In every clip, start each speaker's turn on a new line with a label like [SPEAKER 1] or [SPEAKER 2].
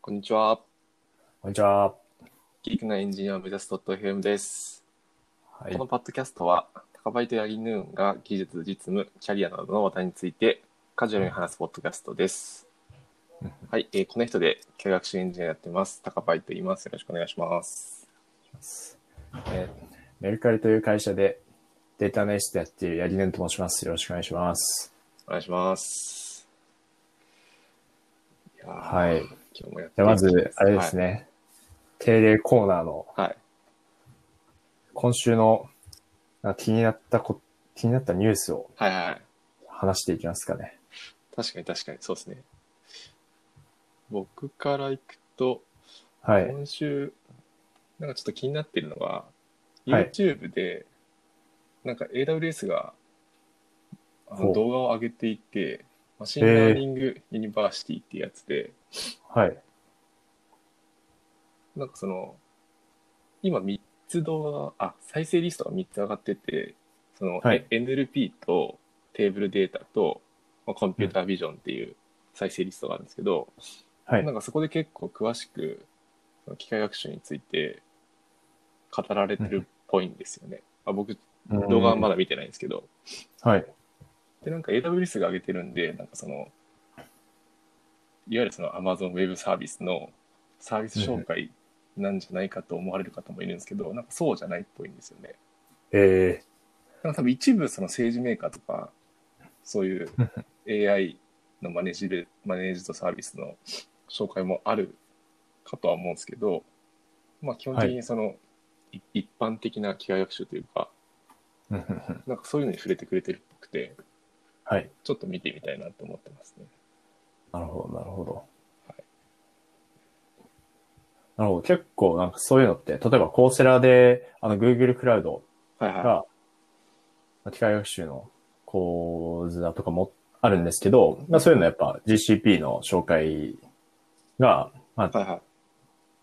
[SPEAKER 1] こんにちは。
[SPEAKER 2] こんにちは。
[SPEAKER 1] ギークなエンジニアを目指す .fm です。
[SPEAKER 2] はい
[SPEAKER 1] こ。のパッドキャストは、高バイとヤギヌーンが技術、実務、キャリアなどの話題についてカジュアルに話すポッドキャストです
[SPEAKER 2] うん。
[SPEAKER 1] はい、えーこの人で機械学習エンジニアやってます。高バイと言います。よろしくお願いします。
[SPEAKER 2] えーメルカリという会社でデータアナリストやっているヤギネンと申します。よろしくお願いします。
[SPEAKER 1] お願いします。いやー
[SPEAKER 2] はい。
[SPEAKER 1] 今日もやっ
[SPEAKER 2] じ
[SPEAKER 1] て
[SPEAKER 2] ゃあ
[SPEAKER 1] い
[SPEAKER 2] ま
[SPEAKER 1] きたい
[SPEAKER 2] ず、あれです。ね、定例コーナーの
[SPEAKER 1] はい。はい
[SPEAKER 2] 今週のあ気になったこ、気になったニュースを
[SPEAKER 1] はいはいはい。
[SPEAKER 2] 話していきますかね。
[SPEAKER 1] 確かに確かに、そうですね。僕から行くと、
[SPEAKER 2] はい。
[SPEAKER 1] 今週、なんかちょっと気になってるのが、
[SPEAKER 2] はい
[SPEAKER 1] YouTube で、なんか AWS があ
[SPEAKER 2] ほ
[SPEAKER 1] の
[SPEAKER 2] う
[SPEAKER 1] 動画を上げていて、マシンラーニングユニバーシティっていうやつで、
[SPEAKER 2] はい。
[SPEAKER 1] なんかその、今3つ動画が、あ、再生リストが3つ上がってて、その、
[SPEAKER 2] はい
[SPEAKER 1] え NLP とテーブルデータと、まあ、コンピュータービジョンっていう再生リストがあるんですけど、
[SPEAKER 2] はい
[SPEAKER 1] なん。かそこで結構詳しくその機械学習について語られてるっぽいんですよね。あ僕、動画はま
[SPEAKER 2] だ。
[SPEAKER 1] だ見てないんですけど。
[SPEAKER 2] はい。
[SPEAKER 1] で、なんか AWS が上げてるんで、なんかその、いわゆるその Amazon Web サービスのサービス紹介なんじゃないかと思われる方もいるんですけど、なんかそうじゃないっぽいんですよね。
[SPEAKER 2] え
[SPEAKER 1] なんか多分一部その政治メーカーとか、そう いう AI のマネージルマネージドサービスの紹介もあるかとは思うんですけど、まあ基本的にその、い一般的な機械学習というか、
[SPEAKER 2] ーうんうんうん
[SPEAKER 1] なんかそういうのに触れてくれてるっぽくて、
[SPEAKER 2] はい。
[SPEAKER 1] ちょっと見てみたいなと思ってますね。
[SPEAKER 2] なるほど、なるほど
[SPEAKER 1] はい。
[SPEAKER 2] なるほど。結構なんかそういうのって、例えばコーセラで、あの Google クラウド
[SPEAKER 1] はいはい。
[SPEAKER 2] が、まあ機械学習の講座とかもあるんですけど、まあ、そういうのはやっぱ GCP の紹介が、まあ、
[SPEAKER 1] はいはい。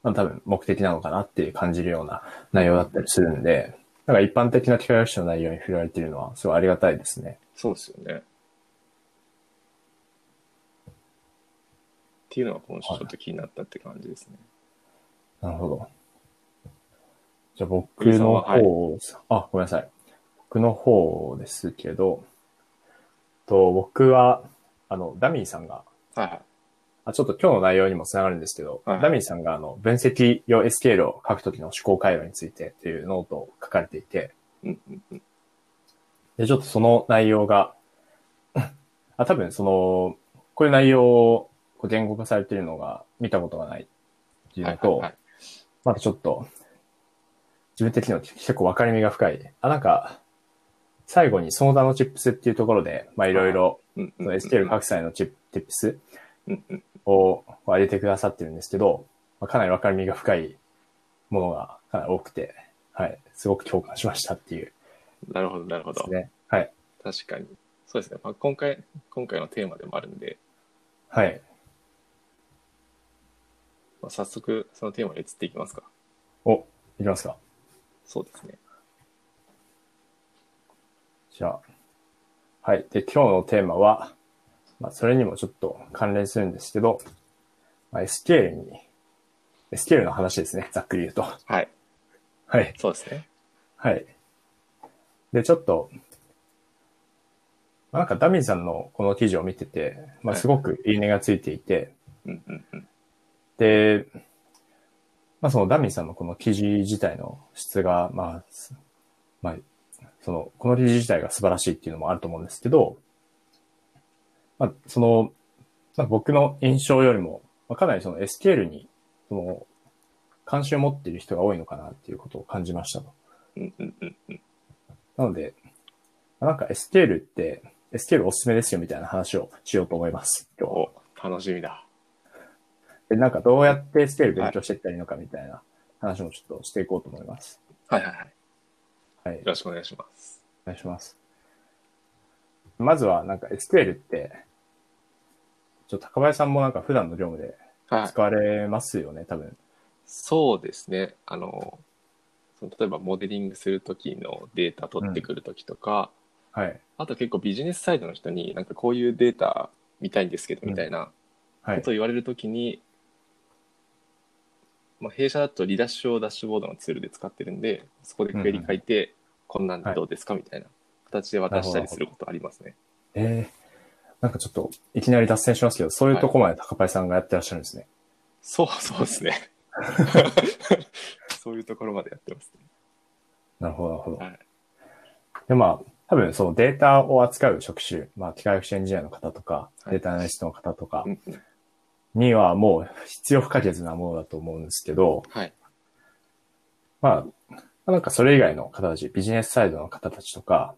[SPEAKER 2] まあ多分目的なのかなっていう感じるような内容だったりするんで、なんか一般的な機械学習の内容に触れられているのはすごいありがたいですね。
[SPEAKER 1] そうですよね。っていうのが今週ちょっと気になったって感じですね。
[SPEAKER 2] なるほど。じゃあ僕
[SPEAKER 1] 藤さん
[SPEAKER 2] の
[SPEAKER 1] ははい
[SPEAKER 2] 方、あ、ごめんなさい。僕の方ですけど、と僕は、あの、ダミーさんが、
[SPEAKER 1] はいはい。
[SPEAKER 2] あちょっと今日の内容にもつながるんですけど、
[SPEAKER 1] はい
[SPEAKER 2] ダミーさんがあの分析用 SQL を書くときの思考回路についてっていうノートを書かれていて、
[SPEAKER 1] うんうんうん。
[SPEAKER 2] で、ちょっとその内容が、 あ、多分その、こういう内容をこう言語化されているのが見たことがないっていうのと、
[SPEAKER 1] はい
[SPEAKER 2] まだちょっと、自分的には結構分かりみが深い。あ、なんか、最後にその他のチップスっていうところで、まあいろいろ、
[SPEAKER 1] はいはい。
[SPEAKER 2] その SQL 各際のチップ、チップス
[SPEAKER 1] うんうん。
[SPEAKER 2] を上げてくださってるんですけど、まあ、かなり分かりみが深いものがかなり多くて、はい、すごく共感しましたっていう
[SPEAKER 1] なるほど、なるほ
[SPEAKER 2] で
[SPEAKER 1] ど
[SPEAKER 2] す。ね。はい。
[SPEAKER 1] 確かに。そうですね。まあ、今回、今回のテーマでもあるんで、
[SPEAKER 2] はい。
[SPEAKER 1] まあ、早速そのテーマに移っていきますか。
[SPEAKER 2] お、いきますか。
[SPEAKER 1] そうですね。
[SPEAKER 2] じゃあ。はい。で、今日のテーマは、まあ、それにもちょっと関連するんですけど、まあ、SQL に、SQL の話ですね。ざっくり言うと。
[SPEAKER 1] はい。
[SPEAKER 2] はい。
[SPEAKER 1] そうですね。
[SPEAKER 2] はい。で、ちょっと、まあなんかダミーさんのこの記事を見てて、まあ、
[SPEAKER 1] はい
[SPEAKER 2] すごくいいねがついていて、
[SPEAKER 1] うんうんうん。
[SPEAKER 2] で、まあ、そのダミーさんのこの記事自体の質が、まあ、すまあ、その、この記事自体が素晴らしいっていうのもあると思うんですけど、まあ、その、まあ、僕の印象よりも、まあ、かなりその SQL に、その、関心を持っている人が多いのかなっていうことを感じましたと。
[SPEAKER 1] うんうんうんうん。
[SPEAKER 2] なので、まあなんか SQL って、SQL おすすめですよみたいな話をしようと思います。今日
[SPEAKER 1] お、楽しみだ。
[SPEAKER 2] で、なんかどうやって SQL 勉強していったらいいのかみたいな話もちょっとしていこうと思います。
[SPEAKER 1] はいはいはい。
[SPEAKER 2] はい
[SPEAKER 1] よ。ろしくお願いします。
[SPEAKER 2] お願いします。まずは、なんか SQL って、ちょっと高林さんもなんか普段の業務で
[SPEAKER 1] はい。
[SPEAKER 2] 使われますよね、多分。
[SPEAKER 1] そうですね。あの、その例えばモデリングするときのデータ取ってくるときとか、
[SPEAKER 2] はい。
[SPEAKER 1] あと結構ビジネスサイドの人になんかこういうデータ見たいんですけどみたいなこ
[SPEAKER 2] はい
[SPEAKER 1] と。を言われるときに、まあ、弊社だとリダッシュをダッシュボードのツールで使ってるんで、そこでクエリ書いて、こんなんでどうですかみたいな形で渡したりすることありますね。
[SPEAKER 2] ええなんかちょっと、いきなり脱線しますけど、そういうとこまで高パイさんがやってらっしゃるんですね。
[SPEAKER 1] そうそうですね。 そういうところまでやってますね。
[SPEAKER 2] なるほど、なるほど。
[SPEAKER 1] はい
[SPEAKER 2] で、まあ、多分そのデータを扱う職種、まあ、機械学習エンジニアの方とか、
[SPEAKER 1] はい
[SPEAKER 2] データアナリストの方とか
[SPEAKER 1] うんうん。
[SPEAKER 2] にはもう必要不可欠なものだと思うんですけど、
[SPEAKER 1] はい。
[SPEAKER 2] まあ、なんかそれ以外の方たち、ビジネスサイドの方たちとか、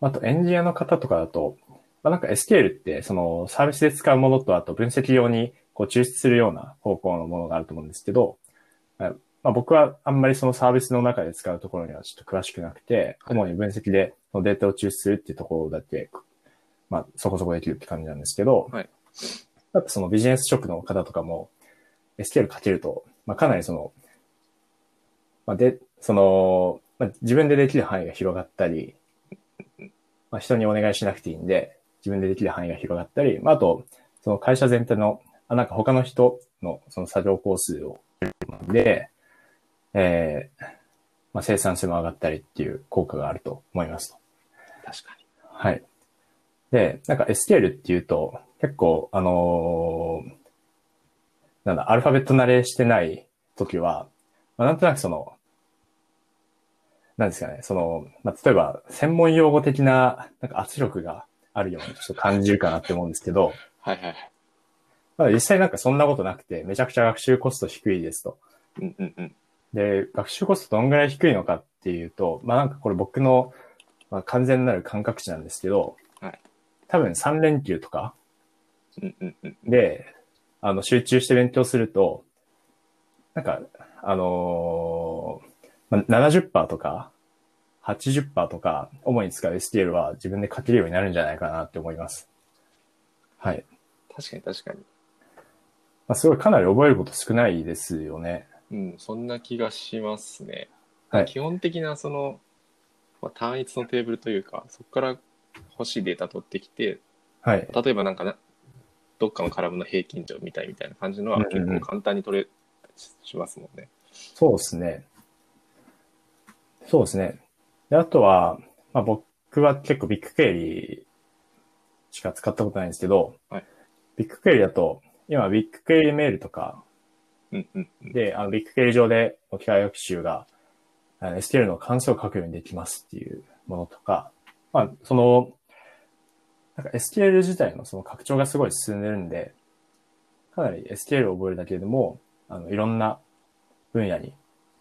[SPEAKER 2] あとエンジニアの方とかだと、まあ、なんか SQL ってそのサービスで使うものとあと分析用にこう抽出するような方向のものがあると思うんですけど、まあまあ、僕はあんまりそのサービスの中で使うところにはちょっと詳しくなくて、
[SPEAKER 1] はい
[SPEAKER 2] 主に分析でそのデータを抽出するっていうところだけ、まあそこそこできるって感じなんですけど、
[SPEAKER 1] はい
[SPEAKER 2] やっぱそのビジネス職の方とかも SQL かけると、まあ、かなりそのまあ、で、その、まあ、自分でできる範囲が広がったり、まあ、人にお願いしなくていいんで、自分でできる範囲が広がったり、まあ、あと、その会社全体の、あなんか他の人のその作業工数を、で、えーまあ、生産性も上がったりっていう効果があると思いますと。
[SPEAKER 1] 確かに。
[SPEAKER 2] はい。で、なんか SQL っていうと、結構、あのーなんだ、アルファベット慣れしてない時は、まあ、なんとなくその、なんですかね、その、まあ、例えば、専門用語的な、なんか圧力があるようにちょっと感じるかなって思うんですけど、
[SPEAKER 1] はいはいはい。
[SPEAKER 2] まあ、実際なんかそんなことなくて、めちゃくちゃ学習コスト低いですと。
[SPEAKER 1] うんうんうん。
[SPEAKER 2] で、学習コストどんぐらい低いのかっていうと、まあなんかこれ僕の、まあ、完全なる感覚値なんですけど、
[SPEAKER 1] はい
[SPEAKER 2] 多分3連休とか
[SPEAKER 1] うんうんうん。
[SPEAKER 2] で、あの、集中して勉強すると、なんか、あのーまあ、70%とか、80%とか、主に使う STL は自分で書けるようになるんじゃないかなって思います。はい。
[SPEAKER 1] 確かに確かに。
[SPEAKER 2] まあ、すごいかなり覚えること少ないですよね。
[SPEAKER 1] うん、そんな気がしますね。
[SPEAKER 2] はい
[SPEAKER 1] 基本的なその、まあ、単一のテーブルというか、そこから欲しいデータ取ってきて、
[SPEAKER 2] はい。
[SPEAKER 1] 例えばなんかな、どっかのカラムの平均値を見たいみたいな感じのは
[SPEAKER 2] うんうんう
[SPEAKER 1] 結構
[SPEAKER 2] ん
[SPEAKER 1] 簡単に取れ、ししますもんね。
[SPEAKER 2] そうですね。そうですね。で、あとは、まあ、僕は結構ビッグクエリしか使ったことないんですけど、
[SPEAKER 1] はい
[SPEAKER 2] ビッグクエリだと、今ビッグクエリメールとか
[SPEAKER 1] うんうんうん。
[SPEAKER 2] で、あのビッグクエリ上で機械学習があの SQL の関数を書くようにできますっていうものとか、まあ、その、なんか SQL 自体のその拡張がすごい進んでるんで、かなり SQL を覚えるだけでも、あの、いろんな分野に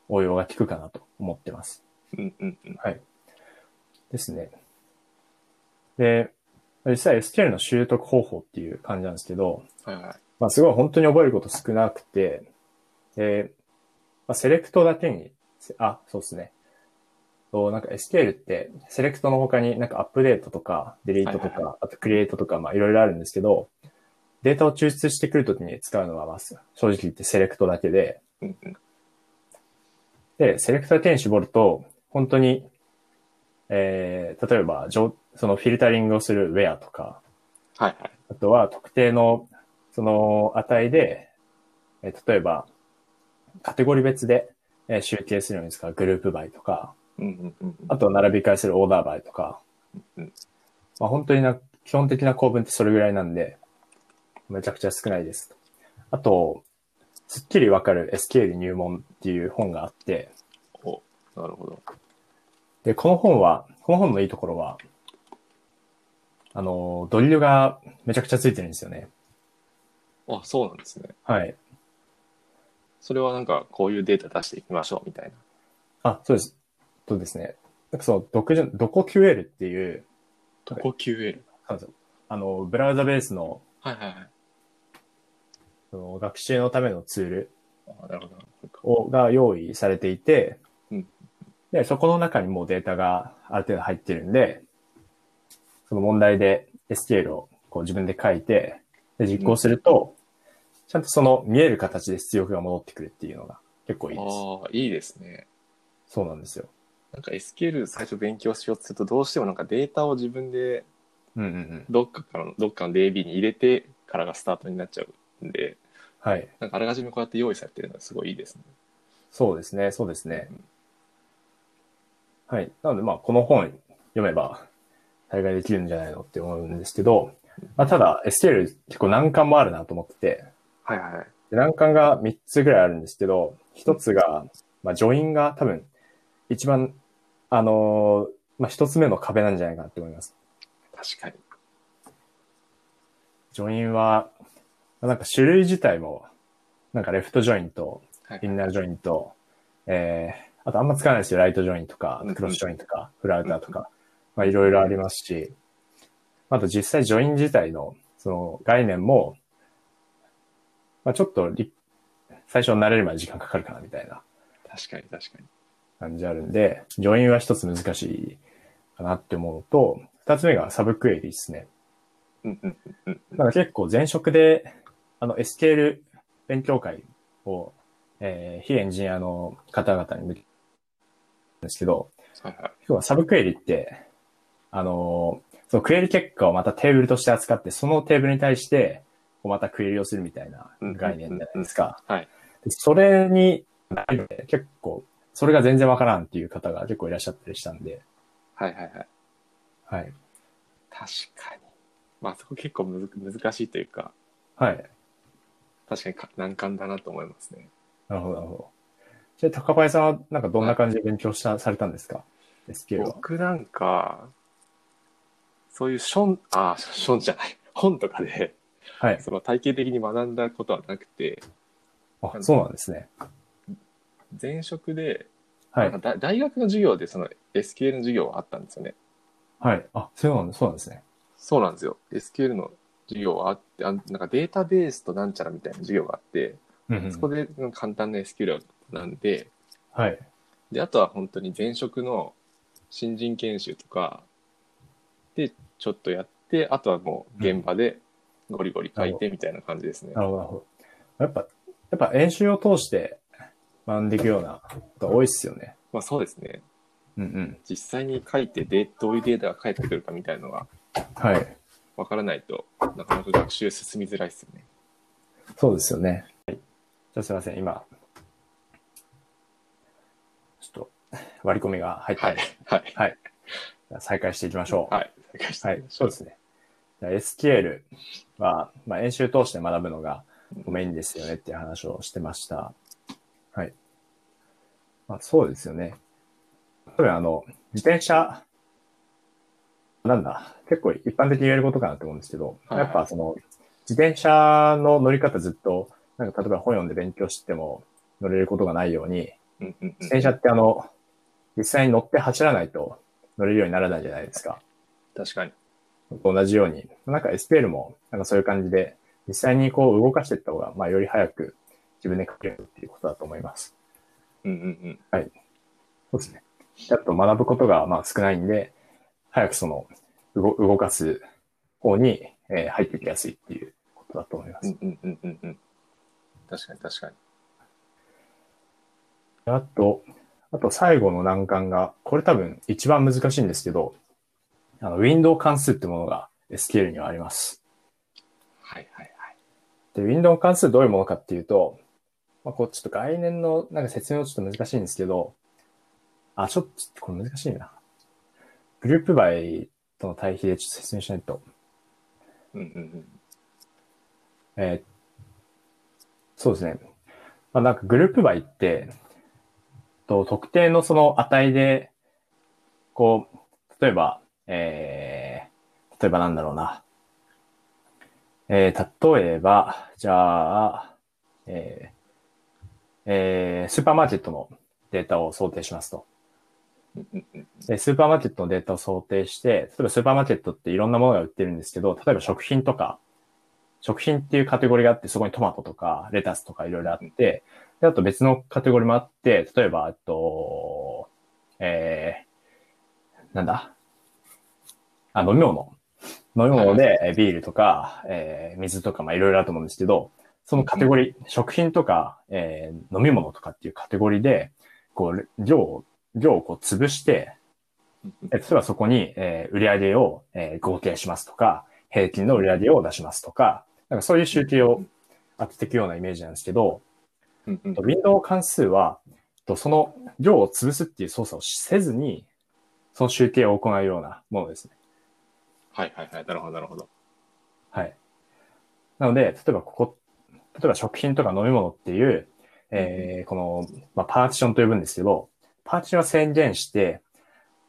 [SPEAKER 2] 応用が効くかなと思ってます。
[SPEAKER 1] うんうんうん。
[SPEAKER 2] ですね。で、実際 SQL の習得方法っていう感じなんですけど、
[SPEAKER 1] はいはい。
[SPEAKER 2] まあすごい本当に覚えること少なくて、で、まあ、セレクトだけに、せあ、そうですね。となんか SQL って、セレクトの他になんかアップデートとか、デリートとか、
[SPEAKER 1] はいはい
[SPEAKER 2] あとクリエイトとか、まあいろいろあるんですけど、データを抽出してくるときに使うのは、まあ、正直言ってセレクトだけで、
[SPEAKER 1] うんうん。
[SPEAKER 2] で、セレクター点に絞ると、本当に、えー、例えば、じょそのフィルタリングをするウェアとか、
[SPEAKER 1] はいはい。
[SPEAKER 2] あとは特定の、その値で、えー例えば、カテゴリー別で、えー集計するのに使うグループバイとか、
[SPEAKER 1] うんうんうんうん。
[SPEAKER 2] あとは並び替えするオーダーバイとか、
[SPEAKER 1] うん
[SPEAKER 2] まあ、本当にな、基本的な構文ってそれぐらいなんで、めちゃくちゃ少ないです。あと、すっきりわかる SQL 入門っていう本があって、
[SPEAKER 1] おなるほど。
[SPEAKER 2] で、この本は、この本のいいところは、あの、ドリルがめちゃくちゃついてるんですよね。
[SPEAKER 1] あ、そうなんですね。
[SPEAKER 2] はい。
[SPEAKER 1] それはなんか、こういうデータ出していきましょうみたいな。
[SPEAKER 2] あ、そうです。そうですね。なんかその、独自、ドコ QL っていう、
[SPEAKER 1] どこ QL?
[SPEAKER 2] あの、ブラウザベースの
[SPEAKER 1] はいはいはい。
[SPEAKER 2] その学習のためのツール
[SPEAKER 1] あなるほど。なるほど
[SPEAKER 2] をが用意されていて、
[SPEAKER 1] うん
[SPEAKER 2] で、そこの中にもうデータがある程度入ってるんで、その問題で SQL をこう自分で書いて、で実行すると、ちゃんとその見える形で出力が戻ってくるっていうのが結構いいです。
[SPEAKER 1] ああー、いいですね。
[SPEAKER 2] そうなんですよ。
[SPEAKER 1] なんか SQL 最初勉強しようとするとどうしてもなんかデータを自分で
[SPEAKER 2] うんうんうん。
[SPEAKER 1] どっかからのどっかの DB に入れてからがスタートになっちゃうんで、
[SPEAKER 2] はい。
[SPEAKER 1] なんかあらかじめこうやって用意されてるのがすごいいいですね。
[SPEAKER 2] そうですね、そうですね。はい。なので、まあ、この本読めば、大概できるんじゃないのって思うんですけど、まあ、ただ、エステル結構難関もあるなと思ってて、
[SPEAKER 1] はいはいはい。
[SPEAKER 2] で難関が3つぐらいあるんですけど、1つが、まあ、ジョインが多分、一番、あのーまあ、1つ目の壁なんじゃないかなって思います。
[SPEAKER 1] 確かに。
[SPEAKER 2] ジョインは、まあなんか種類自体も、なんかレフトジョインと、
[SPEAKER 1] はい
[SPEAKER 2] インナージョインと、えー、あとあんま使わないですよ。ライトジョインとか
[SPEAKER 1] うん、
[SPEAKER 2] クロスジョインとか、フラウターとか、まあいろいろありますし、あと実際ジョイン自体の、その概念も、まあちょっとり、最初慣れるまで時間かかるかなみたいな
[SPEAKER 1] 確かに確かに。
[SPEAKER 2] 感じあるんで、ジョインは一つ難しいかなって思うのと、二つ目がサブクエリですね。
[SPEAKER 1] うんうんうんうん。
[SPEAKER 2] なんか結構前職で、あの、SQL 勉強会を、えー非エンジニアの方々に向けたんですけど、
[SPEAKER 1] はいはい。
[SPEAKER 2] 要はサブクエリって、あのーそのクエリ結果をまたテーブルとして扱って、そのテーブルに対して、こうまたクエリをするみたいな概念じゃないですか。
[SPEAKER 1] うんうんうんはい
[SPEAKER 2] でそれに、ないので結構、それが全然わからんっていう方が結構いらっしゃったりしたんで、
[SPEAKER 1] はいはいはい。
[SPEAKER 2] はい。
[SPEAKER 1] 確かに。まあそこ結構むず難しいというか、
[SPEAKER 2] はい。
[SPEAKER 1] 確かにか難関だなと思いますね。
[SPEAKER 2] なるほど、なるほど。じゃあ、高林さんは、なんかどんな感じで勉強した、されたんですか ?SQL は。
[SPEAKER 1] 僕なんか、そういうション、あ、ションじゃない。 本とかで、
[SPEAKER 2] はい。
[SPEAKER 1] その体系的に学んだことはなくて、
[SPEAKER 2] あ、そうなんですね。
[SPEAKER 1] 前職で、
[SPEAKER 2] は
[SPEAKER 1] なん
[SPEAKER 2] い。
[SPEAKER 1] かだ大学の授業でその SQL の授業があったんですよね。
[SPEAKER 2] はい。あ、そうなんそうなんですね。
[SPEAKER 1] そうなんですよ。SQL の授業はあって、あなんかデータベースとなんちゃらみたいな授業があって、
[SPEAKER 2] うん、う
[SPEAKER 1] そこ
[SPEAKER 2] ん。
[SPEAKER 1] でなんか簡単な SQL なんで、
[SPEAKER 2] はい。
[SPEAKER 1] で、あとは本当に前職の新人研修とかでちょっとやって、あとはもう現場でゴリゴリ書いてみたいな感じですね。
[SPEAKER 2] なるほど、なるほど。やっぱ、やっぱ演習を通して学んでいくようなことが多いっすよね。
[SPEAKER 1] まあそうですね。
[SPEAKER 2] うんうん。
[SPEAKER 1] 実際に書いてで、どういうデータが返ってくるかみたいなのが
[SPEAKER 2] はい。
[SPEAKER 1] わからないとなかなか学習進みづらいですよね。
[SPEAKER 2] そうですよね。はい。じゃあ、すいません。今、ちょっと割り込みが入った
[SPEAKER 1] は
[SPEAKER 2] ん
[SPEAKER 1] い
[SPEAKER 2] で、。
[SPEAKER 1] はい。
[SPEAKER 2] じゃあ再開していきましょう。
[SPEAKER 1] はい。再開して
[SPEAKER 2] は
[SPEAKER 1] み
[SPEAKER 2] い、
[SPEAKER 1] まし
[SPEAKER 2] そ
[SPEAKER 1] ょ
[SPEAKER 2] うですね。じゃあ SQL は、まあ、演習通して学ぶのが
[SPEAKER 1] うん
[SPEAKER 2] メインですよねっていう話をしてました。はい。まあ、そうですよね。多分あの、自転車、なんだ、結構一般的に言えることかなと思うんですけど、
[SPEAKER 1] はいはい
[SPEAKER 2] やっぱその、自転車の乗り方ずっと、なんか例えば本読んで勉強しても乗れることがないように、
[SPEAKER 1] うんうんうん
[SPEAKER 2] 自転車ってあの、実際に乗って走らないと乗れるようにならないじゃないですか。
[SPEAKER 1] 確かに。
[SPEAKER 2] と同じように、なんか SPL も、なんかそういう感じで、実際にこう動かしていった方が、まあより早く自分で書けるっていうことだと思います。
[SPEAKER 1] うんうん
[SPEAKER 2] そうですね。あと学ぶことがまあ少ないんで、早くその、動動かす方に、えー入っていきやすいっていうことだと思いま
[SPEAKER 1] う
[SPEAKER 2] す。
[SPEAKER 1] ん。うんうんうんうん。確かに確かに。
[SPEAKER 2] あと、あと最後の難関が、これ多分一番難しいんですけど、あの、ウィンドウ関数ってものが SQL にはあります。
[SPEAKER 1] はいはいはい。
[SPEAKER 2] で、ウィンドウ関数どういうものかっていうと、まあ、こう、ちょっと概念の、なんか説明はちょっと難しいんですけど、あ、ちょっと、これ難しいな。グループバイとの対比でちょっと説明しないと。
[SPEAKER 1] うんうん
[SPEAKER 2] えーそうですね。まあ、なんかグループバイって、と特定のその値で、こう、例えば、えー、例えばなんだろうな。えー、例えば、じゃあ、えーえースーパーマーケットのデータを想定しますと。
[SPEAKER 1] うん。うんうんうん
[SPEAKER 2] で、スーパーマーケットのデータを想定して、例えばスーパーマーケットっていろんなものが売ってるんですけど、例えば食品とか、食品っていうカテゴリーがあって、そこにトマトとかレタスとかいろいろあって、で、あと別のカテゴリーもあって、例えば、えっと、えー、なんだあ、飲み物。飲み物でえービールとか、えー水とか、まあいろいろあると思うんですけど、そのカテゴリー、食品とか、えー飲み物とかっていうカテゴリーで、こう、量を、量をこう潰して、
[SPEAKER 1] うんうん。
[SPEAKER 2] え例えばそこに、えー売上を、えー合計しますとか、平均の売上を出しますとか、なんかそういう集計を当てていくようなイメージなんですけど、
[SPEAKER 1] うんうん
[SPEAKER 2] ウィンドウ関数は、とその量を潰すっていう操作をせずに、その集計を行うようなものですね。
[SPEAKER 1] はいはいはい。なるほど、なるほど。
[SPEAKER 2] はい。なので、例えばここ、例えば食品とか飲み物っていう、えーこの、まあ、パーティションと呼ぶんですけど、パーティションを宣言して、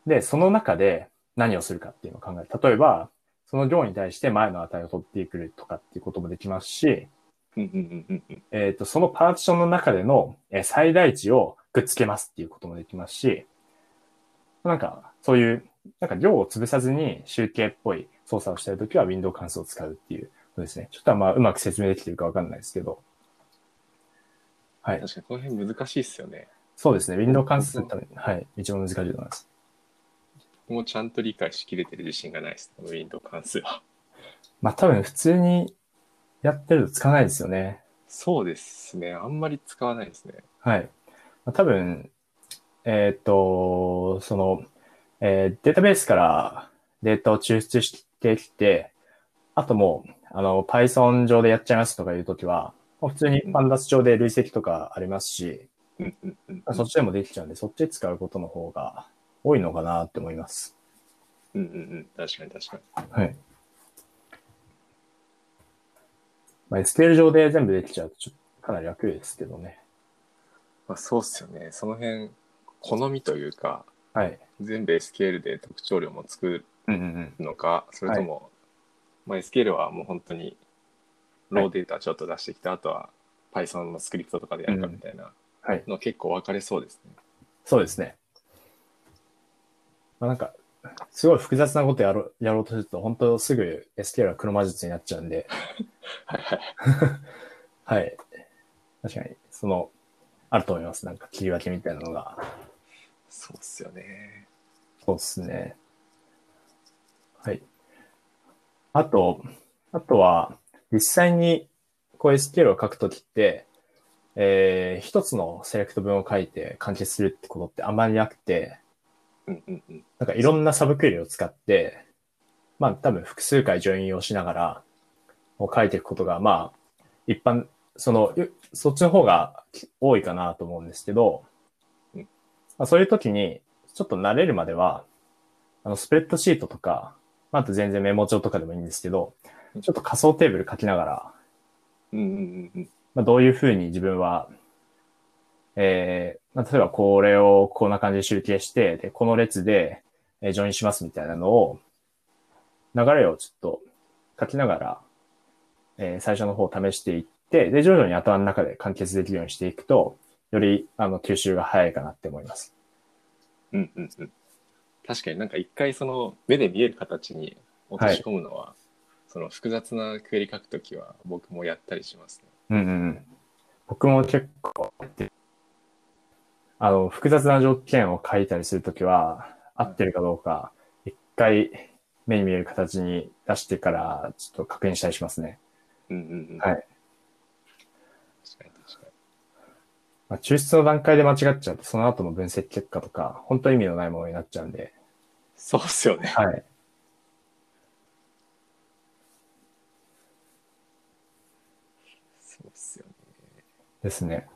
[SPEAKER 2] で、その中で何をするかっていうのを考える。例えば、その量に対して前の値を取ってくるとかっていうこともできますし、
[SPEAKER 1] うんうんうんうん
[SPEAKER 2] えっ、と、そのパーティションの中での、えー最大値をくっつけますっていうこともできますし、なんか、そういう、なんか量を潰さずに集計っぽい操作をしたいときは Windows 関数を使うっていうことですね。ちょっとはまあ、うまく説明できてるかわかんないですけど。はい。
[SPEAKER 1] 確かにこの辺難しいっすよね。
[SPEAKER 2] そうですね。Windows 関数のために、はい。一番難しいと思います。
[SPEAKER 1] もうちゃんと理解しきれてる自信がないです。このウィンドウ関数は。
[SPEAKER 2] まあ、多分普通にやってるとつかないですよね。
[SPEAKER 1] そうですね。あんまり使わないですね。
[SPEAKER 2] はい。まあ多分、えーっと、その、えーデータベースからデータを抽出してきて、あともう、あの、Python 上でやっちゃいますとかいうときは、もう普通に Pandas 上で累積とかありますし、
[SPEAKER 1] うんうんうん
[SPEAKER 2] そっちでもできちゃうんで、そっちで使うことの方が多いのかなって思います。
[SPEAKER 1] うんうんうん。確かに確かに。
[SPEAKER 2] はい。まあ、SQL 上で全部できちゃうと、ちょっとかなり楽ですけどね。
[SPEAKER 1] まあ、そうっすよね。その辺、好みというか、
[SPEAKER 2] はい。
[SPEAKER 1] 全部 SQL で特徴量も作る
[SPEAKER 2] うんうんうん。
[SPEAKER 1] のか、それとも、まあ、SQL はもう本当に、ローデータちょっと出してきた、あとは Python のスクリプトとかでやるかみたいな
[SPEAKER 2] うんはい
[SPEAKER 1] の結構分かれそうですね。
[SPEAKER 2] そうですね。まあ、なんか、すごい複雑なことやろやろうとすると、本当すぐ SQL は黒魔術になっちゃうんで、
[SPEAKER 1] はいはい。
[SPEAKER 2] はい。確かに、その、あると思います。なんか切り分けみたいなのが。
[SPEAKER 1] そうっすよね。
[SPEAKER 2] そうですね。はい。あと、あとは、実際にこう SQL を書くときって、えー、一つのセレクト文を書いて完結するってことってあんまりなくて、
[SPEAKER 1] うんうんうん。
[SPEAKER 2] なんかいろんなサブクエリを使って、まあ多分複数回ジョインをしながら、を書いていくことが、まあ、一般、その、よそっちの方が多いかなと思うんですけど
[SPEAKER 1] うん、
[SPEAKER 2] まあ、そういう時に、ちょっと慣れるまでは、あの、スプレッドシートとか、まあ、あと全然メモ帳とかでもいいんですけど、ちょっと仮想テーブル書きながら、
[SPEAKER 1] うんうんうんうん。
[SPEAKER 2] まあ、どういうふうに自分は、えーまあ、例えばこれをこんな感じで集計して、で、この列で、えージョインしますみたいなのを、流れをちょっと書きながら、えー最初の方を試していって、で、徐々に頭の中で完結できるようにしていくと、より、あの、吸収が早いかなって思います。
[SPEAKER 1] うんうんうん、確かになんか一回その目で見える形に落とし込むのは、その複雑なクエリ書くときは僕もやったりしますね。
[SPEAKER 2] うんうんうん。僕も結構、あの、複雑な条件を書いたりするときは、合ってるかどうか、一回目に見える形に出してから、ちょっと確認したりしますね。
[SPEAKER 1] うんうんうん、
[SPEAKER 2] はい。
[SPEAKER 1] 確かに確か
[SPEAKER 2] まあ、抽出の段階で間違っちゃうと、その後の分析結果とか、本当意味のないものになっちゃうんで、
[SPEAKER 1] に。そうっすよね。
[SPEAKER 2] はい。
[SPEAKER 1] そうっすよね。
[SPEAKER 2] ですね。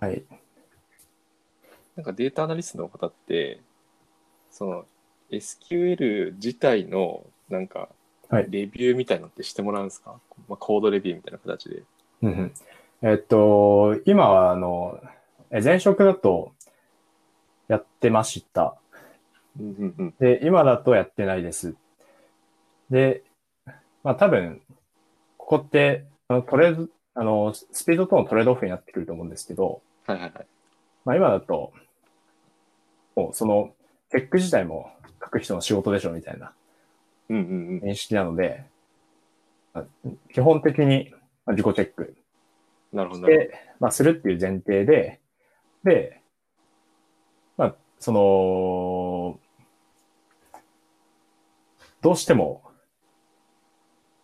[SPEAKER 2] はい。
[SPEAKER 1] なんかデータアナリストの方って、その SQL 自体のなんか
[SPEAKER 2] はい
[SPEAKER 1] レビューみたいなのってしてもらうんですか、まあ、コードレビューみたいな形で。
[SPEAKER 2] うんうんえっと、今は、あの、え前職だとやってました。
[SPEAKER 1] うんうんうん。
[SPEAKER 2] で、今だとやってないです。で、まあ多分、ここって、あの、トレード、あの、スピードとのトレードオフになってくると思うんですけど、
[SPEAKER 1] はいはいはい。
[SPEAKER 2] まあ今だと、もうその、チェック自体も書く人の仕事でしょみたいな
[SPEAKER 1] うんうんうん。
[SPEAKER 2] 認識なので、まあ基本的にまあ自己チェック
[SPEAKER 1] なるほどなる
[SPEAKER 2] で、まあ、するっていう前提で、で、まあ、その、どうしても、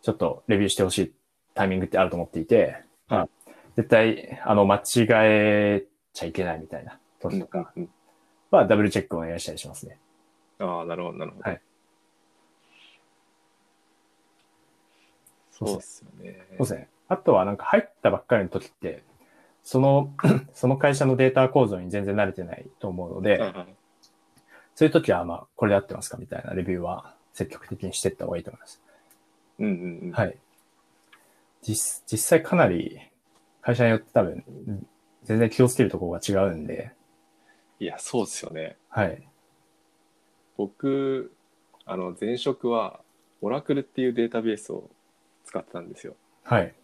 [SPEAKER 2] ちょっとレビューしてほしいタイミングってあると思っていて、まあ、絶対、あの、間違えちゃいけないみたいな
[SPEAKER 1] ほど。
[SPEAKER 2] 時と
[SPEAKER 1] うん
[SPEAKER 2] か
[SPEAKER 1] うんうん
[SPEAKER 2] は、ダブルチェックをお願いしたりしますね。
[SPEAKER 1] ああ、なるほどなるほど。
[SPEAKER 2] はい
[SPEAKER 1] そうですよね。
[SPEAKER 2] そうですね。あとはなんか入ったばっかりの時って、その、 その会社のデータ構造に全然慣れてないと思うので、
[SPEAKER 1] はいはい
[SPEAKER 2] そういう時はまあ、これで合ってますかみたいなレビューは積極的にしていった方がいいと思います。
[SPEAKER 1] うんうんうん。
[SPEAKER 2] はい。実、実際かなり会社によって多分、全然気をつけるところが違うんで、
[SPEAKER 1] いや、そうですよね。
[SPEAKER 2] はい。
[SPEAKER 1] 僕、あの、前職は、オラクルっていうデータベースを使ってたんですよ。
[SPEAKER 2] はい。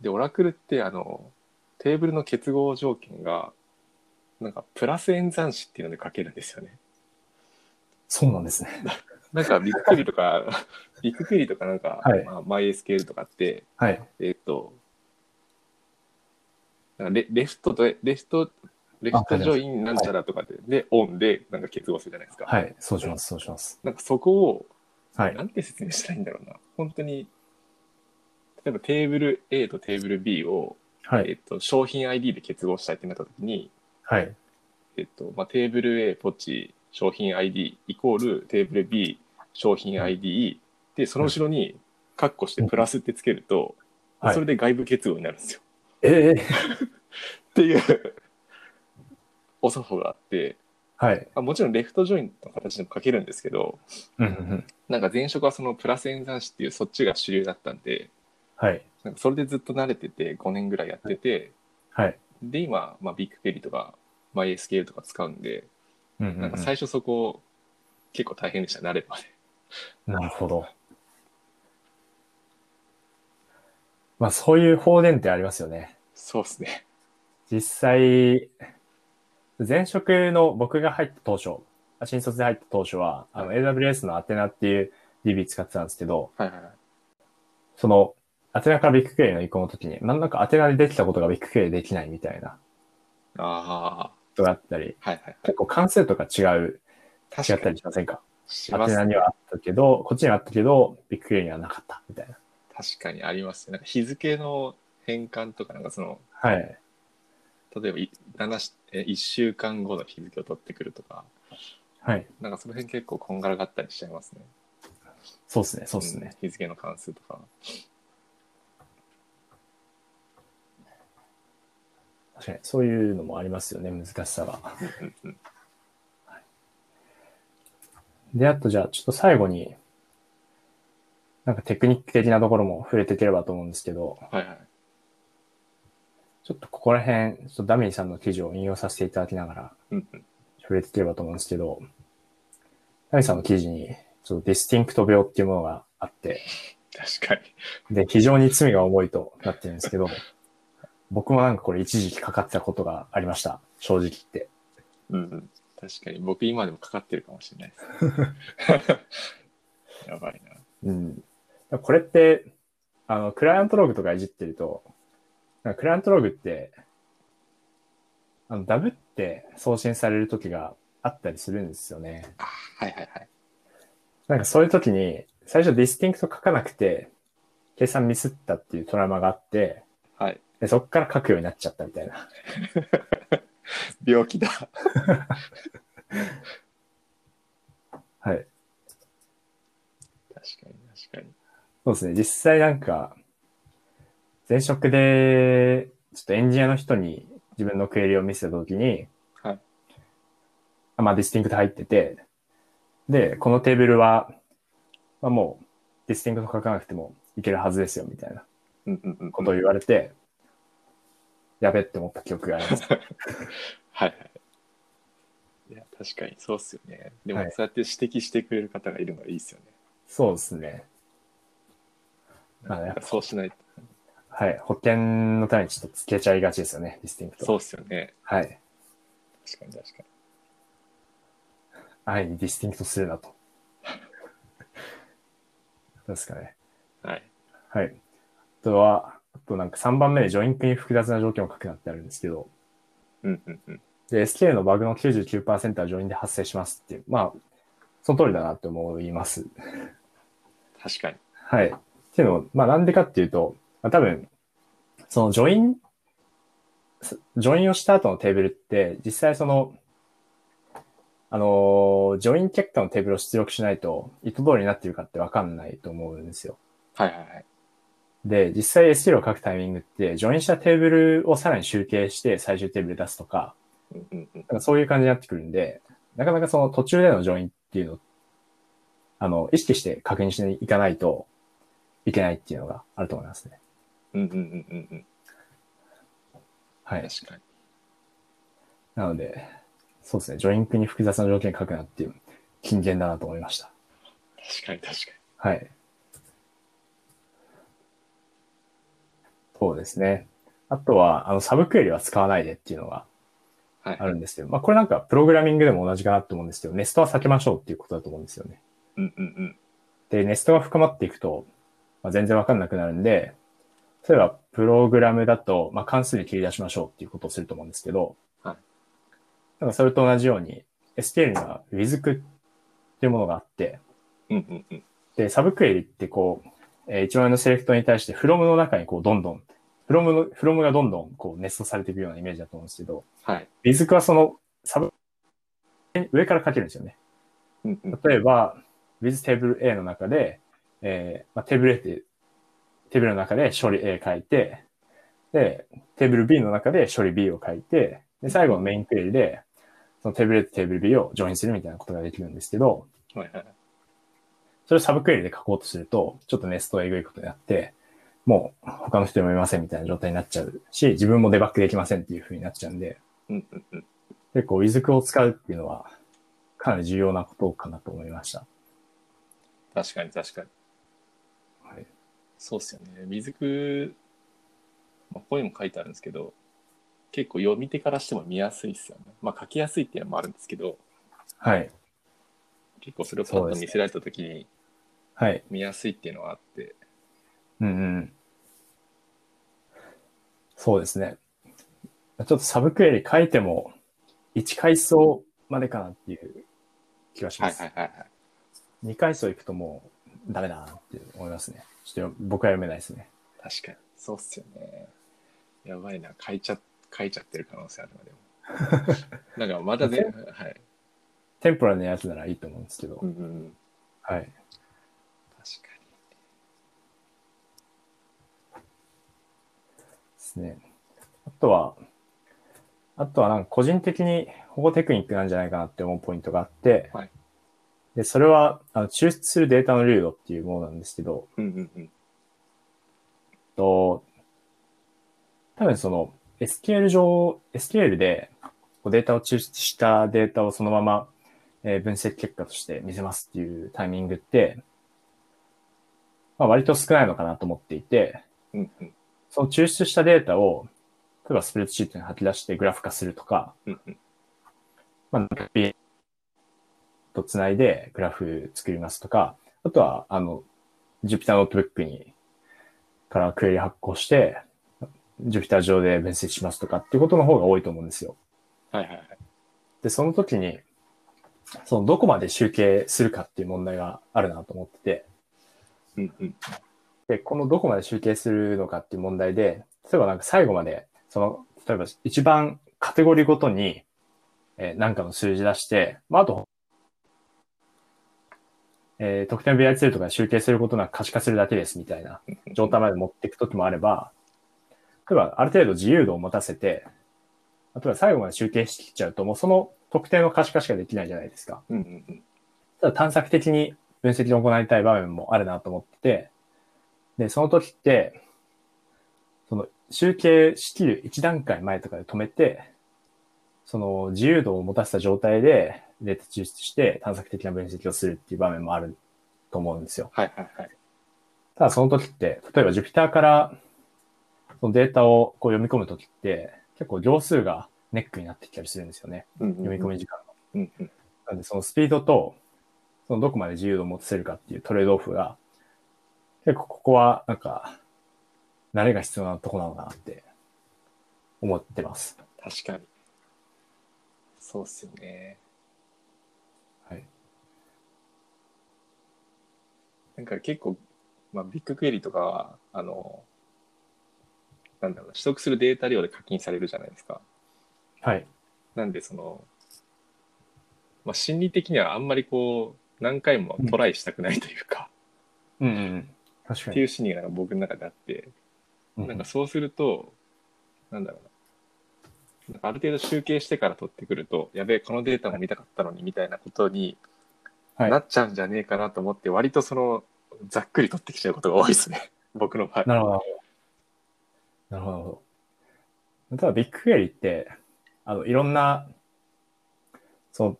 [SPEAKER 1] で、オラクルって、あの、テーブルの結合条件が、なんか、プラス演算子っていうので書けるんですよね。
[SPEAKER 2] そうなんですね。
[SPEAKER 1] なんか、ビックリと か、ビックリとかなんか、
[SPEAKER 2] はい
[SPEAKER 1] まあ、マイ SQL とかって、
[SPEAKER 2] はい。
[SPEAKER 1] えっと、なんかレレフトと、レフト、レフトジョインなんちゃらとかで、で、オンで、なんか結合するじゃないですか。
[SPEAKER 2] はい。そうします。そうします。
[SPEAKER 1] なんかそこを、
[SPEAKER 2] はい
[SPEAKER 1] な。んて説明したらいいんだろうな。本当に、例えばテーブル A とテーブル B を、
[SPEAKER 2] は
[SPEAKER 1] え
[SPEAKER 2] い。
[SPEAKER 1] っと、商品 ID で結合したいってなった時に、
[SPEAKER 2] はい。
[SPEAKER 1] えっと、まあ、テーブル A ポチ商品 ID イコールテーブル B 商品 ID で、その後ろにカッコしてプラスってつけると、
[SPEAKER 2] はい
[SPEAKER 1] それで外部結合になるんですよ。
[SPEAKER 2] ええ
[SPEAKER 1] っていうお作法があって、
[SPEAKER 2] はい。
[SPEAKER 1] あもちろんレフトジョインの形でも書けるんですけど、
[SPEAKER 2] うんうんうん。
[SPEAKER 1] なんか前職はそのプラス演算子っていうそっちが主流だったんで、
[SPEAKER 2] はい。
[SPEAKER 1] なんかそれでずっと慣れてて5年ぐらいやってて、
[SPEAKER 2] はい。
[SPEAKER 1] で今、まあ、ビッグペリとか MySQL とか使うんで、
[SPEAKER 2] うんうんう
[SPEAKER 1] なん
[SPEAKER 2] ん
[SPEAKER 1] か最初そこ結構大変でした、慣れるまで。
[SPEAKER 2] なるほど。まあそういう放電ってありますよね。
[SPEAKER 1] そうですね。
[SPEAKER 2] 実際、前職の僕が入った当初、あ新卒で入った当初は、あの AWS のアテナっていう DB 使ってたんですけど、
[SPEAKER 1] はいはいはい。
[SPEAKER 2] その、アテナからビッグクエリの移行の時に、なんだかアテナでできたことがビッグクエリできないみたいな
[SPEAKER 1] あ
[SPEAKER 2] ことがあったり、
[SPEAKER 1] あ、はいはい。
[SPEAKER 2] 結構関数とか違う、違
[SPEAKER 1] 確
[SPEAKER 2] った
[SPEAKER 1] か
[SPEAKER 2] り
[SPEAKER 1] に
[SPEAKER 2] しませんか
[SPEAKER 1] し
[SPEAKER 2] ア
[SPEAKER 1] ま
[SPEAKER 2] テ
[SPEAKER 1] す
[SPEAKER 2] ナ
[SPEAKER 1] ね。
[SPEAKER 2] にはあったけど、こっちにはあったけど、ビッグクエリにはなかったみたいな。
[SPEAKER 1] 確かにありますね。なんか日付の変換とか、なんかその、
[SPEAKER 2] はい。
[SPEAKER 1] 例えばい7しえ1週間後の日付を取ってくるとか、
[SPEAKER 2] はい。
[SPEAKER 1] なんかその辺結構こんがらがったりしちゃいますね。
[SPEAKER 2] そうですね、そうですね。
[SPEAKER 1] うん日付の関数とか。
[SPEAKER 2] 確かに、そういうのもありますよね、難しさが。
[SPEAKER 1] うんうん
[SPEAKER 2] で、あとじゃあ、ちょっと最後に、なんかテクニック的なところも触れていければと思うんですけど、
[SPEAKER 1] はいはい。
[SPEAKER 2] ちょっとここら辺、ちょっとダミーさんの記事を引用させていただきながら
[SPEAKER 1] うんうん
[SPEAKER 2] 触れていければと思うんですけど、ダミーさんの記事に、ちょっとディスティンクト病っていうものがあって、
[SPEAKER 1] 確かに。
[SPEAKER 2] で、非常に罪が重いとなってるんですけど、僕もなんかこれ一時期かかってたことがありました、正直言って。
[SPEAKER 1] うんうん、確かに僕今でもかかってるかもしれない です。やばいな。
[SPEAKER 2] うん。これって、あの、クライアントログとかいじってると、なんかクライアントログって、あの、ダブって送信される時があったりするんですよね。
[SPEAKER 1] あはいはいはい。
[SPEAKER 2] なんかそういう時に、最初ディスティンクト書かなくて、計算ミスったっていうトラウマがあって、
[SPEAKER 1] はい。
[SPEAKER 2] でそっから書くようになっちゃったみたいな。
[SPEAKER 1] 病気だ。
[SPEAKER 2] はい。
[SPEAKER 1] 確かに確かに。
[SPEAKER 2] そうですね。実際なんか、前職で、ちょっとエンジニアの人に自分のクエリを見せたときに、
[SPEAKER 1] はい。
[SPEAKER 2] まあ、ディスティンクト入ってて、で、このテーブルは、まあ、もう、ディスティンクト書かなくてもいけるはずですよ、みたいな
[SPEAKER 1] うんうんうん。
[SPEAKER 2] ことを言われて、やべって思った記憶があ ります。
[SPEAKER 1] はいはい。いや、確かにそうっすよね。でも、
[SPEAKER 2] はい
[SPEAKER 1] そうやって指摘してくれる方がいるのがいいっすよね。
[SPEAKER 2] そうですね。まあね
[SPEAKER 1] なんかそうしない
[SPEAKER 2] はい。保険のためにちょっとつけちゃいがちですよね、ディスティンク
[SPEAKER 1] と。
[SPEAKER 2] ト。
[SPEAKER 1] そうっすよね。
[SPEAKER 2] はい。
[SPEAKER 1] 確かに確かに。
[SPEAKER 2] 安易にディスティンクトするなと。ど うですかね。
[SPEAKER 1] はい。
[SPEAKER 2] はい。あとは、あとなんか3番目でジョインクに複雑な条件を書くなってあるんですけど、
[SPEAKER 1] うんうんうん。
[SPEAKER 2] で、SQL のバグの99%はジョインで発生しますっていう、まあ、その通りだなって思います。
[SPEAKER 1] 確かに。
[SPEAKER 2] はい。っていうのも、まあなんでかっていうと、まあ多分、そのジョイン、すジョインをした後のテーブルって、実際その、あのージョイン結果のテーブルを出力しないと、意図通りになってるかってわかんないと思うんですよ。
[SPEAKER 1] はいはいはい。
[SPEAKER 2] で、実際 SQL を書くタイミングって、ジョインしたテーブルをさらに集計して最終テーブル出すとか、
[SPEAKER 1] うんうんうん。
[SPEAKER 2] なんかそういう感じになってくるんで、なかなかその途中でのジョインっていうの、あの、意識して確認していかないといけないっていうのがあると思いますね。
[SPEAKER 1] うんうんうんうんうん。
[SPEAKER 2] はい。
[SPEAKER 1] 確かに。
[SPEAKER 2] なので、そうですね、ジョインクに複雑な条件書くなっていう、金言だなと思いました。
[SPEAKER 1] 確かに確か
[SPEAKER 2] はい。そうですね。あとは、あの、サブクエリは使わないでっていうのが
[SPEAKER 1] に。はい。
[SPEAKER 2] あるんですけど、まあ、これなんか、プログラミングでも同じかなと思うんですけど、ネストは避けましょうっていうことだと思うんですよね。
[SPEAKER 1] うんうんうん。
[SPEAKER 2] で、ネストが深まっていくと、まあ、全然わかんなくなるんで、例えば、プログラムだと、まあ、関数で切り出しましょうっていうことをすると思うんですけど、
[SPEAKER 1] はい
[SPEAKER 2] なんかそれと同じように、SQL には WISC っていうものがあって、
[SPEAKER 1] うんうんうん。
[SPEAKER 2] で、サブクエリってこう、えー一番上のセレクトに対して from の中にこう、どんどん、from の、from がどんどんこう、ネストされていくようなイメージだと思うんですけど、
[SPEAKER 1] はい。
[SPEAKER 2] WISC はその、サブ、上から書けるんですよね。
[SPEAKER 1] うんうん。
[SPEAKER 2] 例えば、with table A の中で、えーまあ、テーブル A って、テーブルの中で処理 A 書いて、で、テーブル B の中で処理 B を書いて、で、最後のメインクエリで、そのテーブル A とテーブル B をジョインするみたいなことができるんですけど、
[SPEAKER 1] はいはい。
[SPEAKER 2] それをサブクエリで書こうとすると、ちょっとネストがえぐいことになって、もう他の人もいませんみたいな状態になっちゃうし、自分もデバッグできませんっていう風になっちゃうんで、
[SPEAKER 1] うんうんうん。
[SPEAKER 2] 結構 WISC を使うっていうのは、かなり重要なことかなと思いました。
[SPEAKER 1] 確かに確かに。
[SPEAKER 2] はい。
[SPEAKER 1] そうっすよね。水く、まあ、ここにも書いてあるんですけど、結構読み手からしても見やすいっすよね。まあ書きやすいっていうのもあるんですけど、
[SPEAKER 2] はい。
[SPEAKER 1] 結構それをパ
[SPEAKER 2] そう
[SPEAKER 1] ッ
[SPEAKER 2] で
[SPEAKER 1] と
[SPEAKER 2] すね
[SPEAKER 1] 見せられた時に
[SPEAKER 2] はい。
[SPEAKER 1] 見やすいっていうのはあって、
[SPEAKER 2] うんうん。そうですね。ちょっとサブクエリ書いても、1階層までかなっていう気がします。
[SPEAKER 1] はいはいはい。
[SPEAKER 2] 2階層行くともうダメだなって思いますね。ちょっと僕は読めないですね。
[SPEAKER 1] 確かに。そうっすよね。やばいな。書いちゃ、書いちゃってる可能性あるな、でも。 なんかまだね、はい。
[SPEAKER 2] テンポラのやつならいいと思うんですけど。
[SPEAKER 1] うんうんうん。
[SPEAKER 2] はい。
[SPEAKER 1] 確かに。
[SPEAKER 2] ですね。あとは、あとはなんか個人的に保護テクニックなんじゃないかなって思うポイントがあって、
[SPEAKER 1] はい
[SPEAKER 2] で、それはあの抽出するデータの流度っていうものなんですけど、
[SPEAKER 1] うんうんうん。
[SPEAKER 2] えっと、多分その SQL 上、SQL でこうデータを抽出したデータをそのままえー分析結果として見せますっていうタイミングって、まあ、割と少ないのかなと思っていて、
[SPEAKER 1] うんうん
[SPEAKER 2] その抽出したデータを、例えばスプレッドシートに吐き出してグラフ化するとか、
[SPEAKER 1] うんうん。
[SPEAKER 2] まあ、なんか BA とつないでグラフ作りますとか、あとは、あの、Jupyter ノートブックに、からクエリ発行して、Jupyter 上で分析しますとかっていうことの方が多いと思うんですよ。
[SPEAKER 1] はいはいはい。
[SPEAKER 2] で、その時に、そのどこまで集計するかっていう問題があるなと思ってて、
[SPEAKER 1] うんうん。
[SPEAKER 2] で、このどこまで集計するのかっていう問題で、例えばなんか最後まで、その、例えば一番カテゴリーごとに、えーなんかの数字出して、まあ、あと、えー得点 VI ツールとかで集計することなく可視化するだけですみたいな状態まで持っていくときもあれば、例えばある程度自由度を持たせて、例えば最後まで集計しきっちゃうと、もうその特定の可視化しかできないじゃないですか。
[SPEAKER 1] うんうんうん。
[SPEAKER 2] ただ探索的に分析を行いたい場面もあるなと思ってて、で、その時って、その集計しきる1段階前とかで止めて、その自由度を持たせた状態でデータ抽出して探索的な分析をするっていう場面もあると思うんですよ。
[SPEAKER 1] はいはいはい。
[SPEAKER 2] ただその時って、例えば Jupyter からそのデータをこう読み込む時って、結構行数がネックになってきたりするんですよね。
[SPEAKER 1] 読
[SPEAKER 2] 読み込み時間が
[SPEAKER 1] うんうん。
[SPEAKER 2] なんで、そのスピードと、そのどこまで自由度を持たせるかっていうトレードオフが、結構ここは、なんか、慣れが必要なとこなのかなって思ってます。
[SPEAKER 1] 確かに。そうっすよね。
[SPEAKER 2] はい。
[SPEAKER 1] なんか結構、まあ、ビッグクエリとかは、あの、なんだろうな、取得するデータ量で課金されるじゃないですか。
[SPEAKER 2] はい。
[SPEAKER 1] なんで、その、まあ、心理的にはあんまりこう、何回もトライしたくないというか、
[SPEAKER 2] うん、うん。確か
[SPEAKER 1] ってい
[SPEAKER 2] に。
[SPEAKER 1] うシーンがなんか僕の中であって、
[SPEAKER 2] うん
[SPEAKER 1] なんかそうすると、なんだろうな。なんかある程度集計してから取ってくると、やべえ、このデータも見たかったのにみたいなことに
[SPEAKER 2] はい
[SPEAKER 1] なっちゃうんじゃねえかなと思って、割とその、ざっくり取ってきちゃうことが多いですね。 僕の場合。
[SPEAKER 2] なるほど。なるほど。ただ、ビッグクエリって、あの、いろんな、その、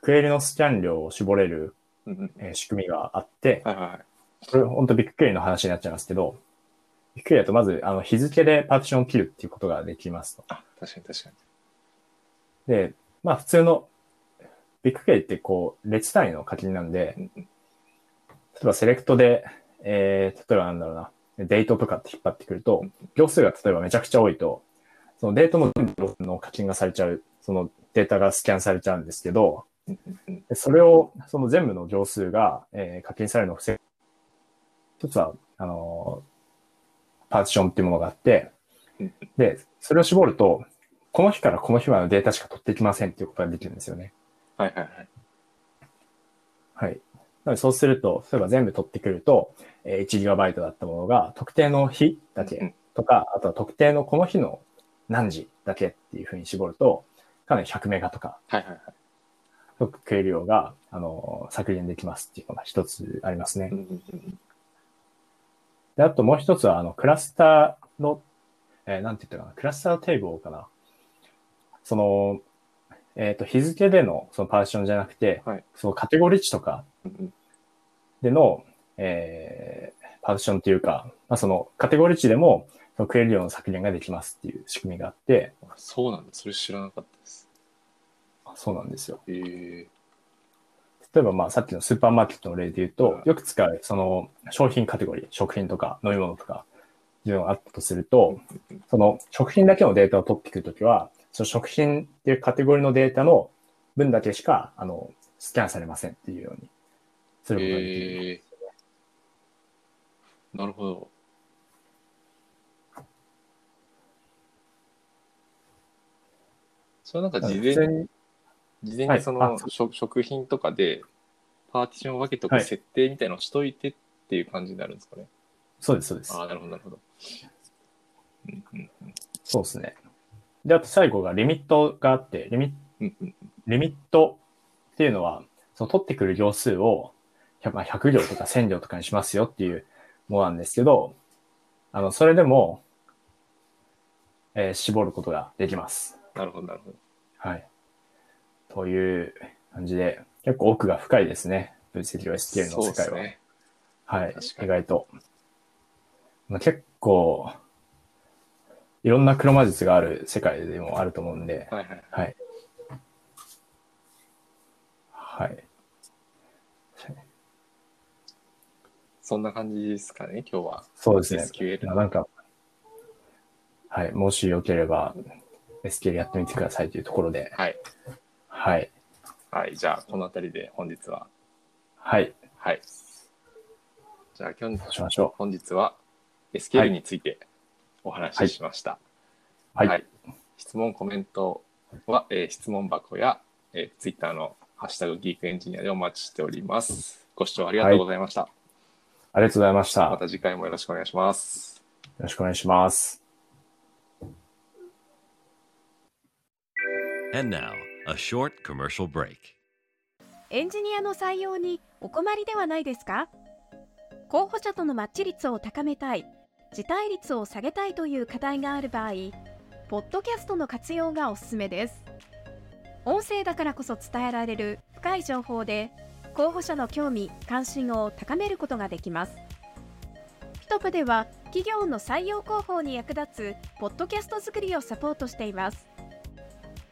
[SPEAKER 2] クエリのスキャン量を絞れる、
[SPEAKER 1] うんうん
[SPEAKER 2] えー仕組みがあって、
[SPEAKER 1] はいはいはい。
[SPEAKER 2] これ本当ビッグクエリの話になっちゃいますけど、ビッグクエリだとまず、あの、日付でパーティションを切るっていうことができますと。
[SPEAKER 1] あ、確かに確かに。
[SPEAKER 2] で、まあ普通のビッグクエリってこう、列単位の課金なんで、
[SPEAKER 1] うんうん
[SPEAKER 2] 例えばセレクトで、えー、例えばなんだろうな、デートとかって引っ張ってくると
[SPEAKER 1] うん、
[SPEAKER 2] 行数が例えばめちゃくちゃ多いと、そのデートの全部の課金がされちゃう、そのデータがスキャンされちゃうんですけど、
[SPEAKER 1] うんうんうん
[SPEAKER 2] でそれを、その全部の行数が、えー課金されるのを防ぐ。一つは、あのーパーティションっていうものがあって
[SPEAKER 1] うん、
[SPEAKER 2] で、それを絞ると、この日からこの日までのデータしか取ってきませんっていうことができるんですよね。
[SPEAKER 1] はいはいはい。
[SPEAKER 2] はい。なのでそうすると、例えば全部取ってくると、えー 1GB だったものが特定の日だ
[SPEAKER 1] うん
[SPEAKER 2] けとか、あとは特定のこの日の何時だけっていうふうに絞ると、かなり100メガとか、
[SPEAKER 1] はいはいはい。
[SPEAKER 2] 軽量が、あのー、削減できますっていうのが一つありますね
[SPEAKER 1] うん。うんうん
[SPEAKER 2] で、あともう一つは、あの、クラスターの、えーなんて言ったかな、クラスターテーブルかな。その、えっ、と、日付での、そのパーティションじゃなくて、
[SPEAKER 1] はい
[SPEAKER 2] そのカテゴリー値とか
[SPEAKER 1] うんうん
[SPEAKER 2] での、えーパーティションというか、まあ、そのカテゴリー値でも、そのクエリ量の削減ができますっていう仕組みがあって、
[SPEAKER 1] あそうなんだ。それ知らなかったです。
[SPEAKER 2] そうなんですよ。
[SPEAKER 1] ええ
[SPEAKER 2] 例えば、まあ、さっきのスーパーマーケットの例で言うと
[SPEAKER 1] は、い
[SPEAKER 2] よく使う、その、商品カテゴリー、食品とか飲み物とか、いうのがあったとすると、その、食品だけのデータを取ってくるときは、その食品っていうカテゴリーのデータの分だけしか、あの、スキャンされませんっていうように、することができる。
[SPEAKER 1] ええなるほど。それはなんか
[SPEAKER 2] なの
[SPEAKER 1] 事
[SPEAKER 2] で
[SPEAKER 1] 前
[SPEAKER 2] 普通
[SPEAKER 1] に、
[SPEAKER 2] に
[SPEAKER 1] 事前
[SPEAKER 2] は
[SPEAKER 1] に
[SPEAKER 2] い
[SPEAKER 1] そ
[SPEAKER 2] あ
[SPEAKER 1] の
[SPEAKER 2] そ
[SPEAKER 1] 食食品とかでパーティションを分けとく
[SPEAKER 2] はい
[SPEAKER 1] 設定みたいのをしといてっていう感じになるんですかね。
[SPEAKER 2] そうです、そうです。
[SPEAKER 1] ああ、なるほど、なるほど。うんうん
[SPEAKER 2] そうですね。で、あと最後がリミットがあって、リミ
[SPEAKER 1] うんうん
[SPEAKER 2] リミットっていうのは、その取ってくる行数を100、まあ、100行とか1000行とかにしますよっていうものなんですけど、あの、それでも、えー絞ることができます。
[SPEAKER 1] なるほど、なるほど。
[SPEAKER 2] はい。という感じで、結構奥が深いですね。分析を SQL
[SPEAKER 1] そ
[SPEAKER 2] の世界は。
[SPEAKER 1] うですね。
[SPEAKER 2] は
[SPEAKER 1] 確。
[SPEAKER 2] い
[SPEAKER 1] かに
[SPEAKER 2] 意外と。まあ、結構、いろんな黒魔術がある世界でもあると思うんで、
[SPEAKER 1] はいはい。
[SPEAKER 2] はい。はい。
[SPEAKER 1] そんな感じですかね、今日は。
[SPEAKER 2] そうですね。
[SPEAKER 1] SQL の。
[SPEAKER 2] なんか、はい。もしよければ、SQL やってみてくださいというところで、
[SPEAKER 1] はい。
[SPEAKER 2] はい。
[SPEAKER 1] はい、じゃあ、この辺りで本日は。
[SPEAKER 2] はい。
[SPEAKER 1] はい。じゃあ、今日
[SPEAKER 2] そうしましょ
[SPEAKER 1] 本日は
[SPEAKER 2] は
[SPEAKER 1] SQL
[SPEAKER 2] い
[SPEAKER 1] についてお話ししました。
[SPEAKER 2] う。はい。
[SPEAKER 1] 質問、コメントは、えー質問箱や、えー、Twitter のハッシュタグギークエンジニアでお待ちしております。ご視聴ありがとうございました。
[SPEAKER 2] ありがとうございました。
[SPEAKER 1] ま
[SPEAKER 2] よ
[SPEAKER 1] た次回もよろしくお願いします。
[SPEAKER 2] ろしくお願いします。
[SPEAKER 3] And now, a short commercial break.
[SPEAKER 4] エンジニアの採用にお困りではないですか候補者とのマッチ率を高めたい、辞退率を下げたいという課題がある場合、ポッドキャストの活用がおすすめです。音声だからこそ伝えられる深い情報で、候補者の興味・関心を高めることができます。ピトプでは企業の採用広報に役立つポッドキャスト作りをサポートしています。